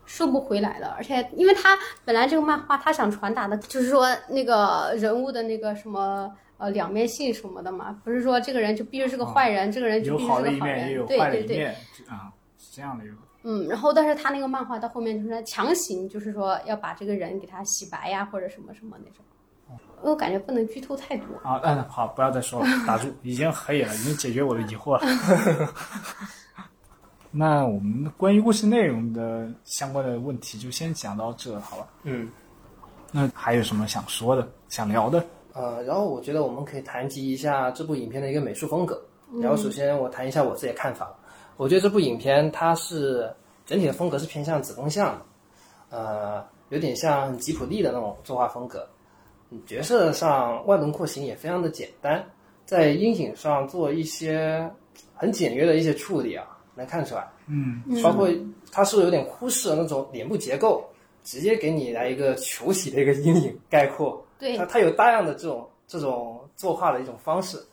Speaker 3: 收不回来了，而且因为它本来这个漫画它想传达的就是说那个人物的那个什么呃两面性什么的嘛，不是说这个人就必须是个坏人，这个人
Speaker 1: 啊有
Speaker 3: 就必须是
Speaker 1: 好
Speaker 3: 个好
Speaker 1: 的
Speaker 3: 人，
Speaker 1: 一面，也有
Speaker 3: 对
Speaker 1: 坏的
Speaker 3: 对
Speaker 1: 一
Speaker 3: 对，
Speaker 1: 面，啊，是这样的一个。
Speaker 3: 嗯，然后但是他那个漫画到后面就是强行，就是说要把这个人给他洗白呀，或者什么什么那种。
Speaker 2: 哦
Speaker 3: 我感觉不能剧透太多。
Speaker 1: 啊，嗯，好，不要再说了，打住，已经可以了，已经解决我的疑惑了。 <laughs> 那我们关于故事内容的相关的问题就先讲到这，好吧？
Speaker 2: 嗯，
Speaker 1: 那还有什么想说的、想聊的？
Speaker 2: 呃，然后我觉得我们可以谈及一下这部影片的一个美术风格。然后首先我谈一下我自己的看法，我觉得这部影片它是整体的风格是偏向子宫向的，呃，有点像吉普力的那种作画风格。嗯角色上外轮廓形也非常的简单，在阴影上做一些很简约的一些处理啊，能看出来。
Speaker 1: 嗯，
Speaker 2: 包括它是有点忽视了那种脸部结构，直接给你来一个球体的一个阴影概括。
Speaker 3: 对
Speaker 2: 它它有大量的这种这种作画的一种方式，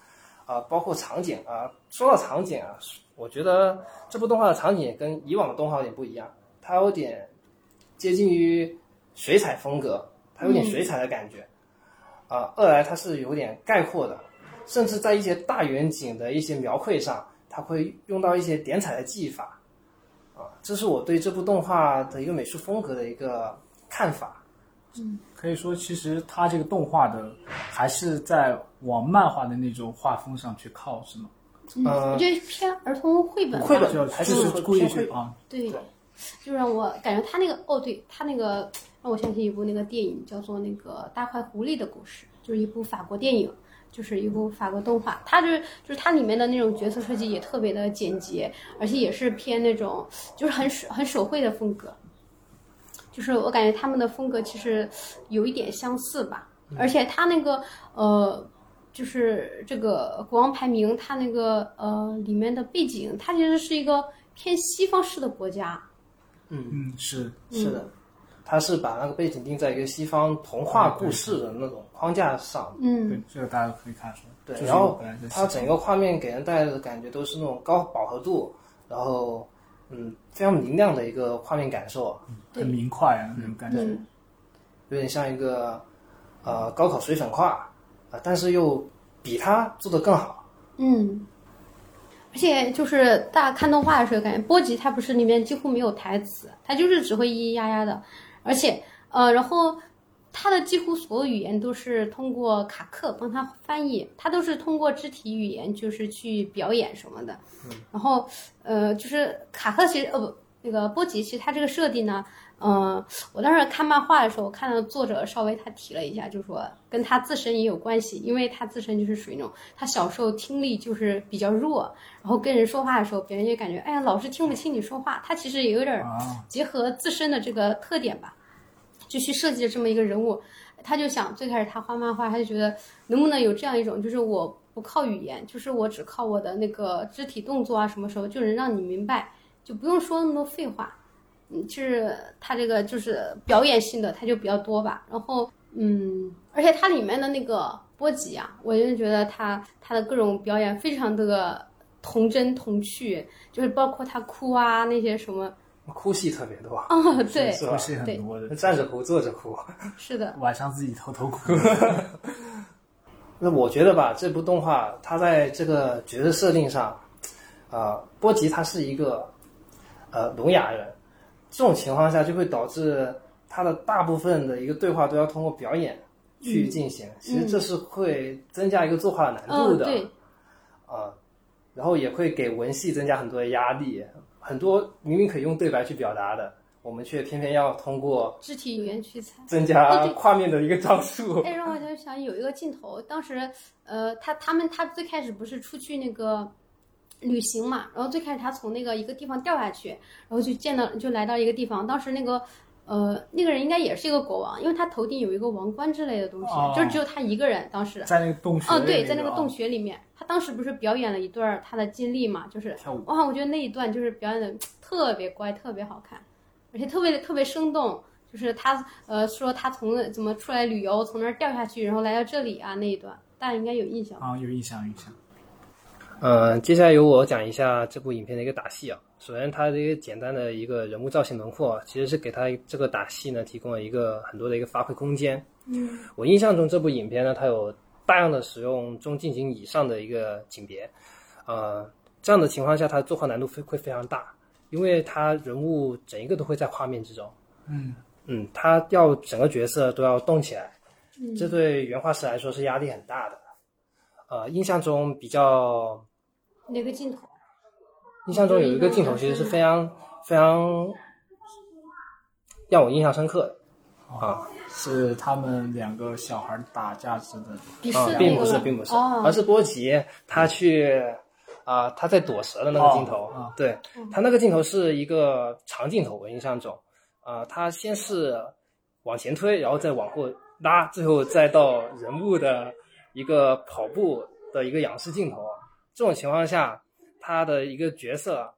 Speaker 2: 啊、包括场景啊、说到场景啊，我觉得这部动画的场景也跟以往的动画有点不一样，它有点接近于水彩风格，它有点
Speaker 3: 嗯
Speaker 2: 水彩的感觉。啊、二来它是有点概括的，甚至在一些大远景的一些描绘上，它会用到一些点彩的技法。啊，这是我对这部动画的一个美术风格的一个看法。
Speaker 1: 可以说，其实它这个动画的还是在往漫画的那种画风上去靠，是吗？
Speaker 3: 嗯，
Speaker 2: 呃
Speaker 3: 我觉得偏儿童绘本吧。
Speaker 2: 绘本
Speaker 1: 就
Speaker 2: 还
Speaker 1: 就是是故意
Speaker 2: 偏
Speaker 1: 去啊，
Speaker 3: 对
Speaker 2: 对，
Speaker 3: 就让我感觉他那个哦，对他那个让我想起一部那个电影，叫做那个《大坏狐狸的故事》，就是一部法国电影，就是一部法国动画。它就是就是它里面的那种角色设计也特别的简洁，而且也是偏那种就是很手很手绘的风格。就是我感觉他们的风格其实有一点相似吧，而且他那个呃就是这个国王排名，它那个呃里面的背景，它其实是一个偏西方式的国家。
Speaker 2: 嗯，
Speaker 1: 嗯，是
Speaker 2: 是的，它是把那个背景定在一个西方童话故事的那种框架上。
Speaker 3: 嗯，
Speaker 1: 对，这个大家可以看出来。
Speaker 2: 对
Speaker 1: 就，是
Speaker 2: 然后
Speaker 1: 本来是
Speaker 2: 它整个画面给人带来的感觉都是那种高饱和度，然后嗯非常明亮的一个画面感受，
Speaker 1: 很明快啊，那种感觉。
Speaker 3: 嗯
Speaker 2: 有点像一个呃高考水粉跨啊、但是又比他做得更好。
Speaker 3: 嗯，而且就是大家看动画的时候，感觉波吉他不是里面几乎没有台词，他就是只会咿咿呀呀的，而且呃，然后他的几乎所有语言都是通过卡克帮他翻译，他都是通过肢体语言就是去表演什么的。然后呃，就是卡克其实呃不，那个波吉其实他这个设定呢。嗯，我当时看漫画的时候，我看到作者稍微他提了一下，就说跟他自身也有关系，因为他自身就是属于那种他小时候听力就是比较弱，然后跟人说话的时候，别人也感觉哎呀老是听不清你说话，他其实也有点儿
Speaker 1: 啊，
Speaker 3: 结合自身的这个特点吧，就去设计了这么一个人物。他就想，最开始他画漫画，他就觉得能不能有这样一种，就是我不靠语言，就是我只靠我的那个肢体动作啊，什么时候就能让你明白，就不用说那么多废话。嗯，就是他这个就是表演性的，他就比较多吧。然后，嗯，而且它里面的那个波吉啊，我就觉得他他的各种表演非常的童真童趣，就是包括他哭啊那些什么，
Speaker 2: 哭戏特别多，
Speaker 3: 啊、对，
Speaker 2: 是吧
Speaker 1: 游戏很多的，
Speaker 2: <laughs> 站着哭，坐着哭。
Speaker 3: 是的，
Speaker 1: 晚上自己偷偷哭。
Speaker 2: 那我觉得吧，这部动画它在这个角色设定上，呃，波吉他是一个呃聋哑人，这种情况下就会导致他的大部分的一个对话都要通过表演
Speaker 3: 嗯
Speaker 2: 去进行，其实这是会增加一个作画的难度
Speaker 3: 嗯，
Speaker 2: 的。
Speaker 3: 对，
Speaker 2: 啊，然后也会给文戏增加很多的压力，很多明明可以用对白去表达的，我们却偏偏要通过
Speaker 3: 肢体语言去猜。
Speaker 2: 增
Speaker 3: 哦
Speaker 2: 加
Speaker 3: 对
Speaker 2: 画面的一个张
Speaker 1: 哦
Speaker 2: 数。
Speaker 3: 哎，让我就想有一个镜头，当时呃，他他们他最开始不是出去那个旅行嘛，然后最开始他从那个一个地方掉下去，然后就见到就来到一个地方，当时那个。呃，那个人应该也是一个国王，因为他头顶有一个王冠之类的东西，
Speaker 1: 哦
Speaker 3: 就是只有他一个人。当时，
Speaker 1: 在那个洞穴
Speaker 3: 哦，
Speaker 1: 里
Speaker 3: 对，在那个
Speaker 1: 啊
Speaker 3: 洞穴里面，他当时不是表演了一段儿他的经历嘛，就是
Speaker 1: 跳舞
Speaker 3: 哇，我觉得那一段就是表演的特别乖，特别好看，而且特别特别生动。就是他呃说他从怎么出来旅游，从那儿掉下去，然后来到这里啊那一段，大家应该有印象吧。
Speaker 1: 啊，有印象有印象。
Speaker 2: 呃，接下来由我讲一下这部影片的一个打戏啊。首先，它的一个简单的一个人物造型轮廓啊，其实是给它这个打戏呢提供了一个很多的一个发挥空间。嗯，我印象中这部影片呢，它有大量的使用中近景以上的一个景别，呃，这样的情况下，它作画难度会会非常大，因为它人物整一个都会在画面之中。
Speaker 1: 嗯
Speaker 2: 嗯，他要整个角色都要动起来，这
Speaker 3: 嗯
Speaker 2: 对原画师来说是压力很大的。呃，印象中比较
Speaker 3: 哪个镜头？
Speaker 2: 印象中有一个镜头，其实是非常非常让我印象深刻的啊，
Speaker 1: 是他们两个小孩打架时的，
Speaker 3: 比试
Speaker 2: 啊
Speaker 3: 那个吗、
Speaker 2: 并不是，并不是，
Speaker 3: 哦
Speaker 2: 而是波吉他去啊、他在躲蛇的那个镜头，
Speaker 1: 哦哦
Speaker 2: 对他那个镜头是一个长镜头，我印象中，啊、他先是往前推，然后再往后拉，最后再到人物的一个跑步的一个仰视镜头，这种情况下，他的一个角色，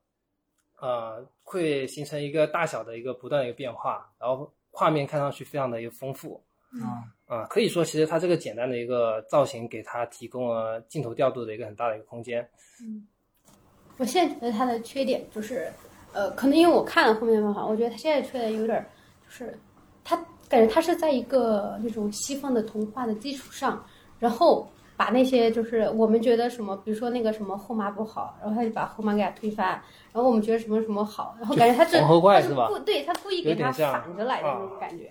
Speaker 2: 呃，会形成一个大小的一个不断的一个变化，然后画面看上去非常的一个丰富，
Speaker 1: 啊，
Speaker 2: 啊，可以说其实它这个简单的一个造型，给它提供了镜头调度的一个很大的一个空间。
Speaker 3: 我现在觉得它的缺点就是，呃，可能因为我看了后面漫画，我觉得它现在缺点有点儿，就是它感觉它是在一个那种西方的童话的基础上，然后把那些就是我们觉得什么，比如说那个什么后妈不好，然后他就把后妈给他推翻，然后我们觉得什么什么好，然后感觉他这
Speaker 2: 缝合怪
Speaker 3: 他
Speaker 2: 是吧
Speaker 3: 故对他故意
Speaker 2: 有
Speaker 3: 给
Speaker 2: 点
Speaker 3: 他
Speaker 2: 像
Speaker 3: 反着来的
Speaker 2: 啊
Speaker 3: 那种感觉，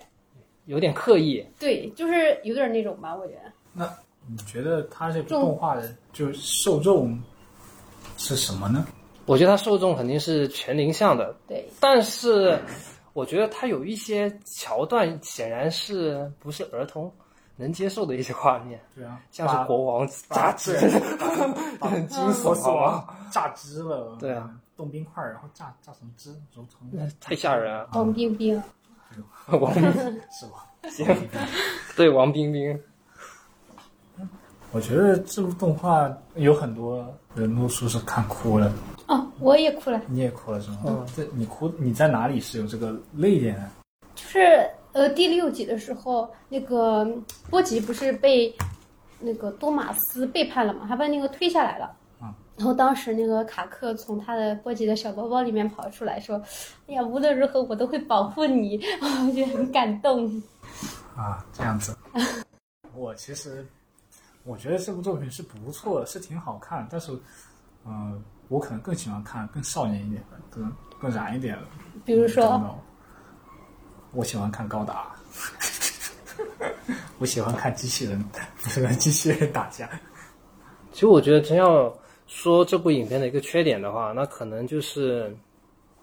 Speaker 2: 有点刻意，
Speaker 3: 对，就是有点那种吧，我觉得。
Speaker 1: 你觉得他这部
Speaker 3: 这种
Speaker 1: 动画的就受众是什么呢？
Speaker 2: 我觉得它受众肯定是全龄向的，
Speaker 3: 对，
Speaker 2: 但是我觉得它有一些桥段显然是不是儿童能接受的一些画面，
Speaker 1: 对啊，
Speaker 2: 像是国王 <laughs>
Speaker 1: 把
Speaker 2: 砸纸，
Speaker 1: <laughs> 把 <laughs> 嗯
Speaker 2: 很惊
Speaker 1: 把
Speaker 2: 悚，
Speaker 1: 死
Speaker 2: 好吗？
Speaker 1: 亡榨汁了，嗯
Speaker 2: 对啊，
Speaker 1: 冻冰块儿然后榨榨成汁揉成
Speaker 2: 太吓人了，
Speaker 3: 王冰冰，
Speaker 2: 王冰
Speaker 1: 是吧？
Speaker 2: 对王冰冰。
Speaker 1: <laughs> 我觉得这部动画有很多人都说是看哭了，
Speaker 3: 哦，我也哭了。
Speaker 1: 你也哭了是吗？
Speaker 2: 嗯
Speaker 1: 这你哭你在哪里是有这个泪点啊的？
Speaker 3: 就是呃第六集的时候，那个嗯波吉不是被那个多马斯背叛了嘛，他把那个推下来了。
Speaker 1: 嗯
Speaker 3: 然后当时那个卡克从他的波吉的小包包里面跑出来说：“哎呀，无论如何我都会保护你。”我觉得很感动。
Speaker 1: 啊，这样子。 <laughs> 我其实我觉得这部作品是不错的，是挺好看，但是，嗯、我可能更喜欢看更少年一点的，更更燃一点的。
Speaker 3: 比如
Speaker 1: 嗯
Speaker 3: 说，
Speaker 1: ，Domino 我喜欢看高达， <laughs> 我喜欢看机器人， <laughs> 不是机器人打架。
Speaker 2: 其实我觉得真要说这部影片的一个缺点的话，那可能就是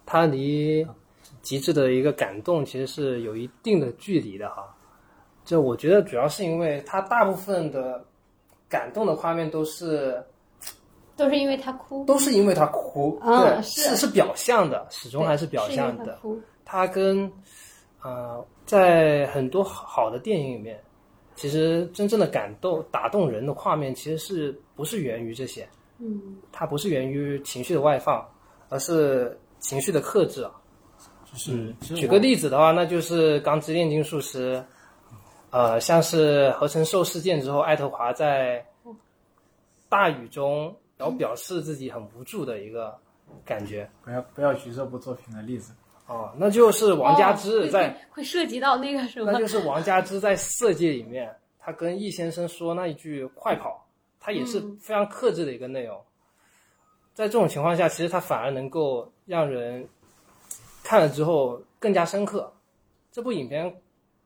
Speaker 2: 它离极致的一个感动其实是有一定的距离的哈。这我觉得主要是因为它大部分的感动的画面都是
Speaker 3: 都是因为他哭，
Speaker 2: 都是因为他哭，
Speaker 3: 啊
Speaker 2: 对，
Speaker 3: 是
Speaker 2: 是是表象的，始终还是表
Speaker 3: 对是因为
Speaker 2: 象
Speaker 3: 他
Speaker 2: 的。
Speaker 3: 哭，
Speaker 2: 它跟呃，在很多好的电影里面，其实真正的感动、打动人的画面，其实是不是源于这些？
Speaker 3: 嗯，
Speaker 2: 它不是源于情绪的外放，而是情绪的克制啊。
Speaker 1: 就是其实
Speaker 2: 嗯举
Speaker 1: 我
Speaker 2: 个例子的话，那就是《钢之炼金术师》，呃，像是合成兽事件之后，爱德华在大雨中，然后表示自己很无助的一个感觉。
Speaker 1: 不要不要举这部作品的例子，
Speaker 2: 哦，那就是王佳
Speaker 3: 哦
Speaker 2: 芝
Speaker 3: 会
Speaker 2: 在、
Speaker 3: 会会涉及到那个什么
Speaker 2: 那，就是王佳芝在《色戒》里面，他跟易先生说那一句“快跑”，他也是非常克制的一个内容。在这种情况下，其实他反而能够让人看了之后更加深刻。这部影片，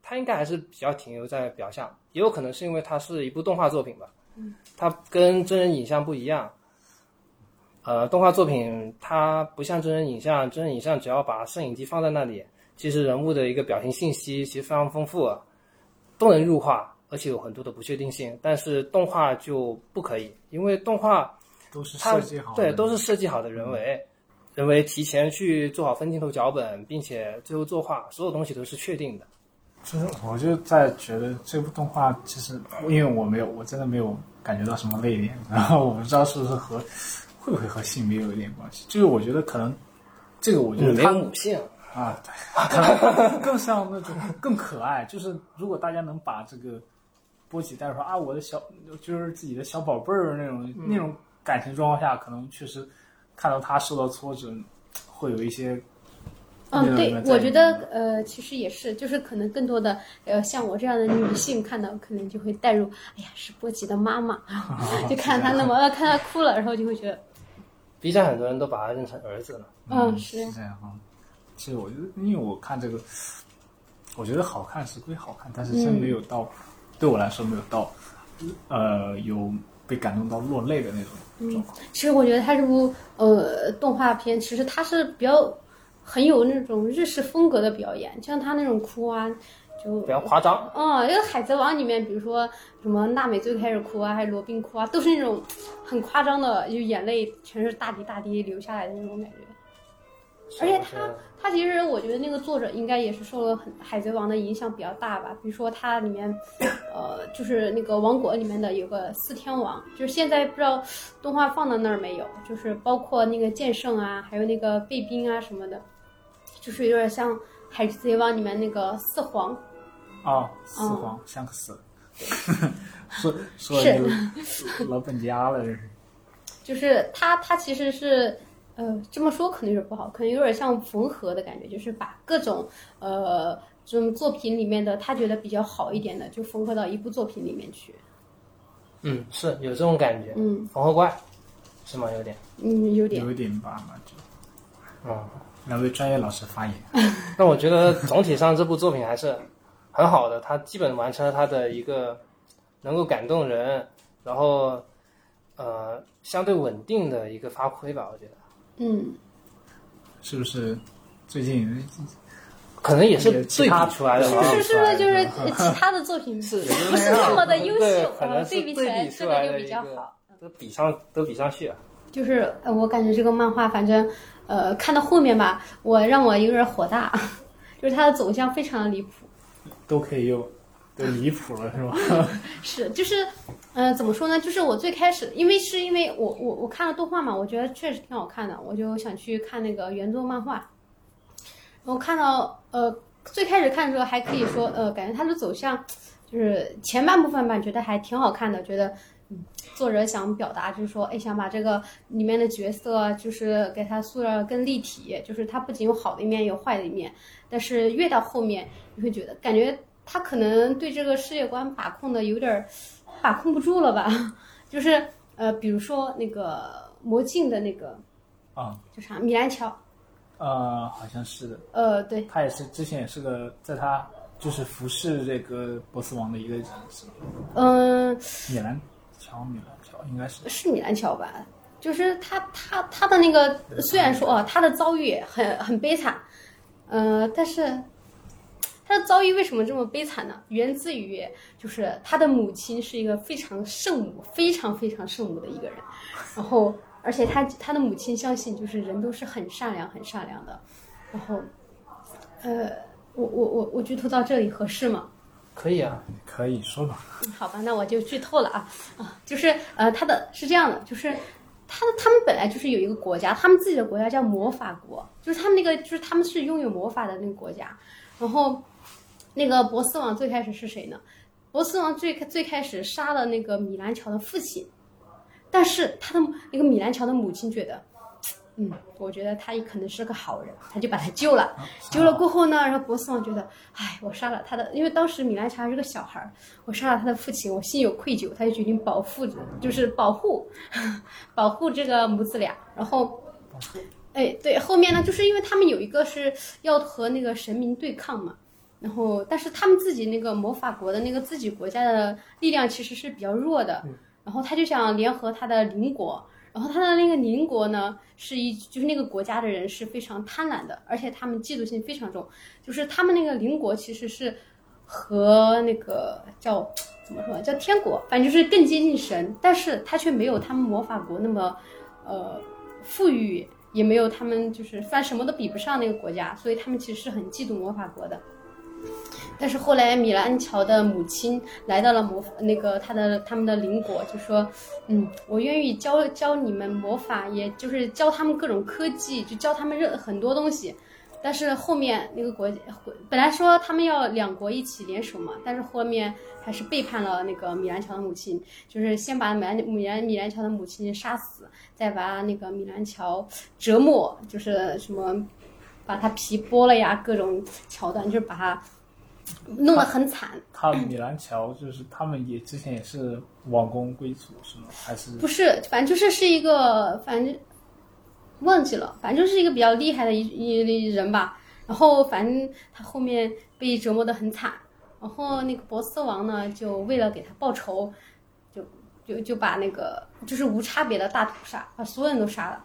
Speaker 2: 它应该还是比较停留在表象，也有可能是因为它是一部动画作品吧。它跟真人影像不一样。呃，动画作品它不像真人影像，真人影像只要把摄影机放在那里，其实人物的一个表情信息其实非常丰富，都能入画，而且有很多的不确定性。但是动画就不可以，因为动画
Speaker 1: 都是
Speaker 2: 它
Speaker 1: 设计好的，
Speaker 2: 对都是设计好的人为，人为提前去做好分镜头脚本，并且最后作画，所有东西都是确定的。
Speaker 1: 就是我就在觉得这部动画其实，因为我没有，我真的没有感觉到什么泪点，然后我不知道是不是和会不会和性别有一点关系，就是我觉得可能这个我觉得
Speaker 2: 嗯没
Speaker 1: 它
Speaker 2: 有母性，
Speaker 1: 啊，对，可能更像那种更可爱，就是如果大家能把这个波奇带入说啊，我的小就是自己的小宝贝儿那种、那种感情状况下，可能确实看到他受到挫折，会有一些
Speaker 3: 嗯，对，我觉得
Speaker 1: 嗯
Speaker 3: 呃，其实也是，就是可能更多的呃，像我这样的女性看到，可能就会带入，哎呀，是波奇的妈妈，就看她那么呃，看她哭了，然后就会觉得，
Speaker 2: B 站很多人都把它认成儿子了。
Speaker 3: 嗯，是
Speaker 1: 是这样哈。其实我觉得，因为我看这个，我觉得好看是归好看，但是
Speaker 3: 嗯
Speaker 1: 真没有到、对我来说没有到呃有被感动到落泪的那
Speaker 3: 嗯
Speaker 1: 种状况。
Speaker 3: 其实我觉得它这部呃动画片，其实它是比较很有那种日式风格的表演，像它那种哭啊，就
Speaker 2: 比较夸张。
Speaker 3: 嗯，因为《海贼王》里面，比如说什么娜美最开始哭啊，还有罗宾哭啊，都是那种很夸张的，就眼泪全是大滴大滴流下来的那种感觉。而且它它其实我觉得那个作者应该也是受了很《海贼王》的影响比较大吧，比如说它里面，呃，就是那个王国里面的有个四天王，就是现在不知道动画放到那儿没有，就是包括那个剑圣啊，还有那个卫兵啊什么的，就是有点像《海贼王》里面那个四皇，
Speaker 1: 哦，四
Speaker 3: 嗯
Speaker 1: 皇香克斯， <laughs> 说说
Speaker 3: 是
Speaker 1: 就老本家了，这是。
Speaker 3: 就是它它其实是。呃，这么说可能有点不好，可能有点像缝合的感觉，就是把各种呃这种作品里面的他觉得比较好一点的，就缝合到一部作品里面去。
Speaker 2: 嗯，是有这种感觉。
Speaker 3: 嗯
Speaker 2: 缝合怪是吗？有点。
Speaker 3: 嗯，有点
Speaker 1: 有一点吧，感觉。
Speaker 2: 嗯，
Speaker 1: 两位专业老师发言，
Speaker 2: 那我觉得总体上这部作品还是很好的，它基本完成了它的一个能够感动人，然后呃相对稳定的一个发挥吧，我觉得
Speaker 3: 嗯，
Speaker 1: 是不是最近
Speaker 2: 可能也是
Speaker 1: 也其
Speaker 2: 对
Speaker 1: 他
Speaker 2: 比出来的
Speaker 1: 是
Speaker 3: 是
Speaker 2: 吧
Speaker 3: 不
Speaker 1: 啊
Speaker 3: 是是不是就是
Speaker 1: 是
Speaker 3: 呃其他的作 <laughs> 品
Speaker 2: 是
Speaker 3: 不是那么的优
Speaker 2: 对
Speaker 3: 秀，
Speaker 2: 可
Speaker 3: 呃，
Speaker 2: 能是
Speaker 3: 对比起来
Speaker 2: 对比
Speaker 3: 这
Speaker 2: 出来
Speaker 3: 个
Speaker 2: 的
Speaker 3: 就比
Speaker 2: 一
Speaker 3: 较
Speaker 2: 个
Speaker 3: 好。
Speaker 2: 都比上都比上去啊了。
Speaker 3: 就是呃我感觉这个漫画，反正呃看到后面吧，我让我有点火大， <laughs> 就是它的走向非常的离谱。
Speaker 1: 都可以用，都离谱了是吧？ <laughs>
Speaker 3: 是，就是，呃，怎么说呢？就是我最开始，因为是因为我我我看了动画嘛，我觉得确实挺好看的，我就想去看那个原作漫画。我看到呃，最开始看的时候还可以说，呃，感觉它的走向，就是前半部分吧，觉得还挺好看的，觉得。嗯，作者想表达就是说，哎，想把这个里面的角色，啊就是给它塑造得更立体，就是它不仅有好的一面，有坏的一面。但是越到后面，你会觉得感觉他可能对这个世界观把控的有点儿把控不住了吧？ <laughs> 就是呃，比如说那个魔镜的那个
Speaker 1: 啊、
Speaker 3: 叫啥米兰乔，
Speaker 1: 呃，好像是的，
Speaker 3: 呃，对，
Speaker 1: 他也是之前也是个在他就是服侍这个波斯王的一个人，是吧
Speaker 3: 嗯、
Speaker 1: 米兰乔，米兰乔应该是
Speaker 3: 是米兰乔吧？就是他他他的那个虽然说哦，他的遭遇也很很悲惨，呃，但是他的遭遇为什么这么悲惨呢？源自于就是他的母亲是一个非常圣母，非常非常圣母的一个人，然后而且他他的母亲相信就是人都是很善良很善良的，然后呃，我我我我剧透到这里合适吗？
Speaker 2: 可以啊，
Speaker 1: 可以说吧，
Speaker 3: 嗯好吧，那我就剧透了啊啊，就是呃，他的是这样的，就是他的他们本来就是有一个国家，他们自己的国家叫魔法国，就是他们那个就是他们是拥有魔法的那个国家。然后那个波斯王最开始是谁呢？波斯王最开最开始杀了那个米兰乔的父亲，但是他的那个米兰乔的母亲觉得。嗯，我觉得他也可能是个好人，他就把他救了。救了过后呢，然后波斯王觉得，哎，我杀了他的，因为当时米兰乔还是个小孩儿，我杀了他的父亲，我心有愧疚，他就决定保护，就是保护， <laughs> 保护这个母子俩。然后，哎，对，后面呢，就是因为他们有一个是要和那个神明对抗嘛，然后但是他们自己那个魔法国的那个自己国家的力量其实是比较弱的，然后他就想联合他的邻国。然后他的那个邻国呢，是一就是那个国家的人是非常贪婪的，而且他们嫉妒心非常重，就是他们那个邻国其实是和那个叫怎么说叫天国，反正就是更接近神，但是他却没有他们魔法国那么呃富裕，也没有他们就是反正什么都比不上那个国家，所以他们其实是很嫉妒魔法国的。但是后来，米兰乔的母亲来到了魔那个他的他们的邻国，就说：“嗯，我愿意教教你们魔法，也就是教他们各种科技，就教他们任很多东西。”但是后面那个国本来说他们要两国一起联手嘛，但是后面还是背叛了那个米兰乔的母亲，就是先把米兰米兰米兰乔的母亲杀死，再把那个米兰乔折磨，就是什么把他皮剥了呀，各种桥段，就是把他弄得很惨。
Speaker 1: 他米兰乔就是他们也之前也是王公贵族是吗？还是
Speaker 3: 不是，反正就是是一个，反正忘记了，反正就是一个比较厉害的一一一人吧。然后反正他后面被折磨得很惨，然后那个波斯王呢，就为了给他报仇，就就就把那个就是无差别的大屠杀，把所有人都杀了。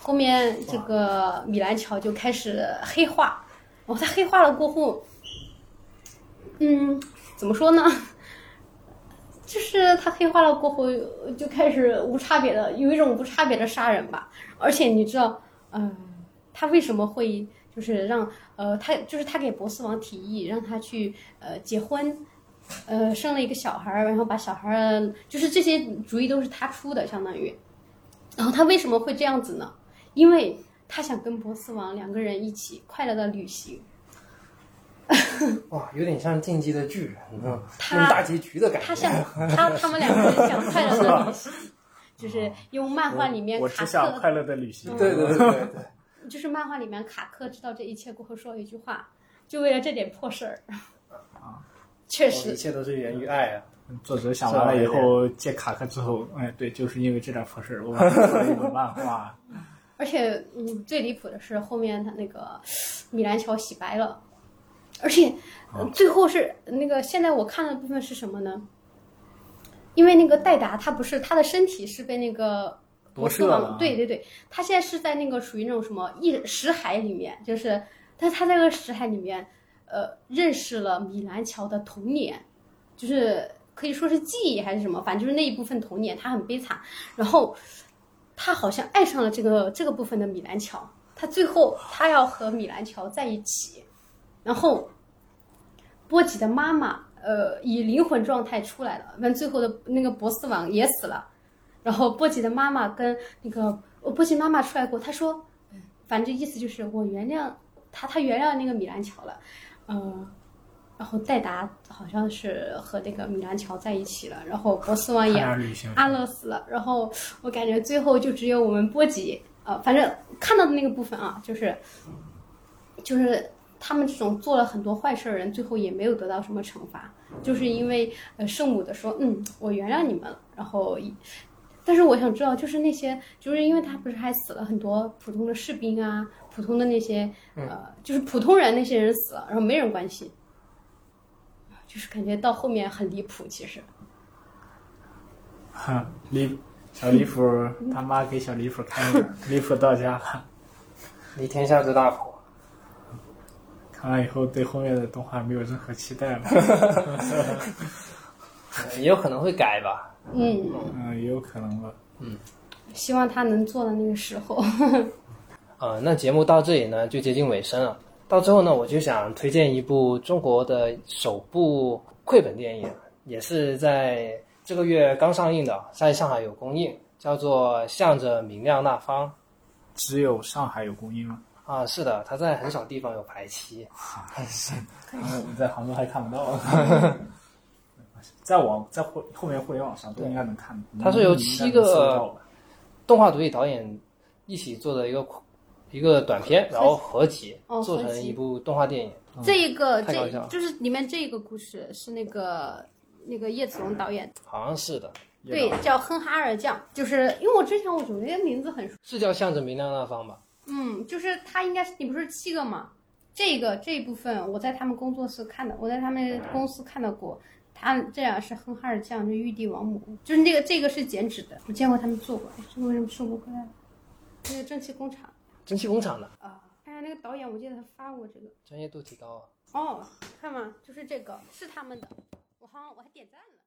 Speaker 3: 后面这个米兰乔就开始黑化，然后他黑化了过后，嗯，怎么说呢？就是他黑化了过后，就开始无差别的，有一种无差别的杀人吧。而且你知道，嗯、他为什么会就是让呃，他就是他给波斯王提议让他去呃结婚，呃生了一个小孩儿，然后把小孩儿就是这些主意都是他出的，相当于。然后他为什么会这样子呢？因为他想跟波斯王两个人一起快乐的旅行。
Speaker 2: 哇，有点像进击的巨人，嗯，
Speaker 3: 他
Speaker 2: 用大结局的感觉。
Speaker 3: 他想他他们两个人想快乐的旅
Speaker 1: <laughs>
Speaker 3: 行，就是用漫画里面
Speaker 1: 我
Speaker 3: 卡
Speaker 1: 只想
Speaker 3: 克，
Speaker 1: 快乐的旅行？
Speaker 2: 对对对对对，
Speaker 3: 就是漫画里面卡克知道这一切过后说了一句话，就为了这点破事儿，
Speaker 1: 啊
Speaker 3: 确
Speaker 2: 哦一
Speaker 3: 实
Speaker 2: 切都是源于爱啊。
Speaker 1: 作者想完了以后借卡克之后，哎，对，就是因为这点破事儿，我把它做了一本漫画。
Speaker 3: 而且，嗯，最离谱的是后面他那个米兰乔洗白了，而且、
Speaker 1: 啊
Speaker 3: 呃最后是那个现在我看的部分是什么呢？因为那个戴达他不是他的身体是被那个
Speaker 1: 夺舍
Speaker 3: 斯
Speaker 1: 了啊
Speaker 3: 王对对对，他现在是在那个属于那种什么一石海里面，就是，但是他在那个石海里面，呃，认识了米兰乔的童年，就是可以说是记忆还是什么，反正就是那一部分童年，他很悲惨，然后他好像爱上了这个这个部分的米兰乔，他最后他要和米兰乔在一起，然后波吉的妈妈呃以灵魂状态出来了，完最后的那个波斯王也死了，然后波吉的妈妈跟那个呃波吉妈妈出来过，她说，嗯反正意思就是我原谅他，他原谅那个米兰乔了，嗯。然后戴达好像是和那个米兰乔在一起了，然后波斯王也
Speaker 1: 看点旅行
Speaker 3: 安哎乐死了。然后我感觉最后就只有我们波吉，呃，反正看到的那个部分啊，就是就是他们这种做了很多坏事儿的人，最后也没有得到什么惩罚，就是因为呃圣母的说，嗯，我原谅你们了。然后，但是我想知道，就是那些，就是因为他不是还死了很多普通的士兵啊，普通的那些呃，就是普通人那些人死了，然后没人关心，就是感觉到后面很离谱，其实。
Speaker 1: 哼，离小离谱，他妈给小离谱开门，离谱到家了。
Speaker 2: 离天下之大谱，
Speaker 1: 看完以后，对后面的动画没有任何期待了。
Speaker 2: 呃也有可能会改吧。
Speaker 3: 嗯，
Speaker 1: 嗯，也有可能吧。
Speaker 3: 希望他能做到那个时候。
Speaker 2: 呃，那节目到这里呢，就接近尾声了。到最后呢，我就想推荐一部中国的首部绘本电影，也是在这个月刚上映的，在上海有公映，叫做《向着明亮那方》。
Speaker 1: 只有上海有供应吗？
Speaker 2: 啊，是的，它在很少地方有排期。
Speaker 1: 我们在杭州还看不到。在网在后后面互联网上都应该能看到。
Speaker 2: 它是由
Speaker 1: 你应该
Speaker 2: 七
Speaker 1: 能
Speaker 2: 个
Speaker 1: 搜到吧
Speaker 2: 动画独立导演一起做的一个一个短片，然后合集
Speaker 3: 哦
Speaker 2: 做
Speaker 3: 合
Speaker 2: 成
Speaker 3: 集
Speaker 2: 一部动画电影。
Speaker 3: 这一个
Speaker 2: 嗯太搞笑
Speaker 3: 这
Speaker 2: 了
Speaker 3: 就是里面这个故事是那个那个叶子龙导演，
Speaker 2: 好像是的，
Speaker 1: 叶
Speaker 3: 对，叫亨哈尔酱，就是因为我之前我总觉得那个名字很熟，
Speaker 2: 是叫《向着明亮那方》吧？
Speaker 3: 嗯，就是他应该是你不是七个嘛，这个这一部分我在他们工作室看的，我在他们公司看到过。他这样是亨哈尔酱，就玉帝王母，就是那个这个是剪纸的，我见过他们做过，哎这个为什么收不回来了？那个蒸汽工厂
Speaker 2: 蒸汽工厂的，
Speaker 3: 啊，哎呀，那个导演我记得他发过这个，
Speaker 2: 专业度提高啊。
Speaker 3: 哦，看嘛，就是这个是他们的，我好像我还点赞了。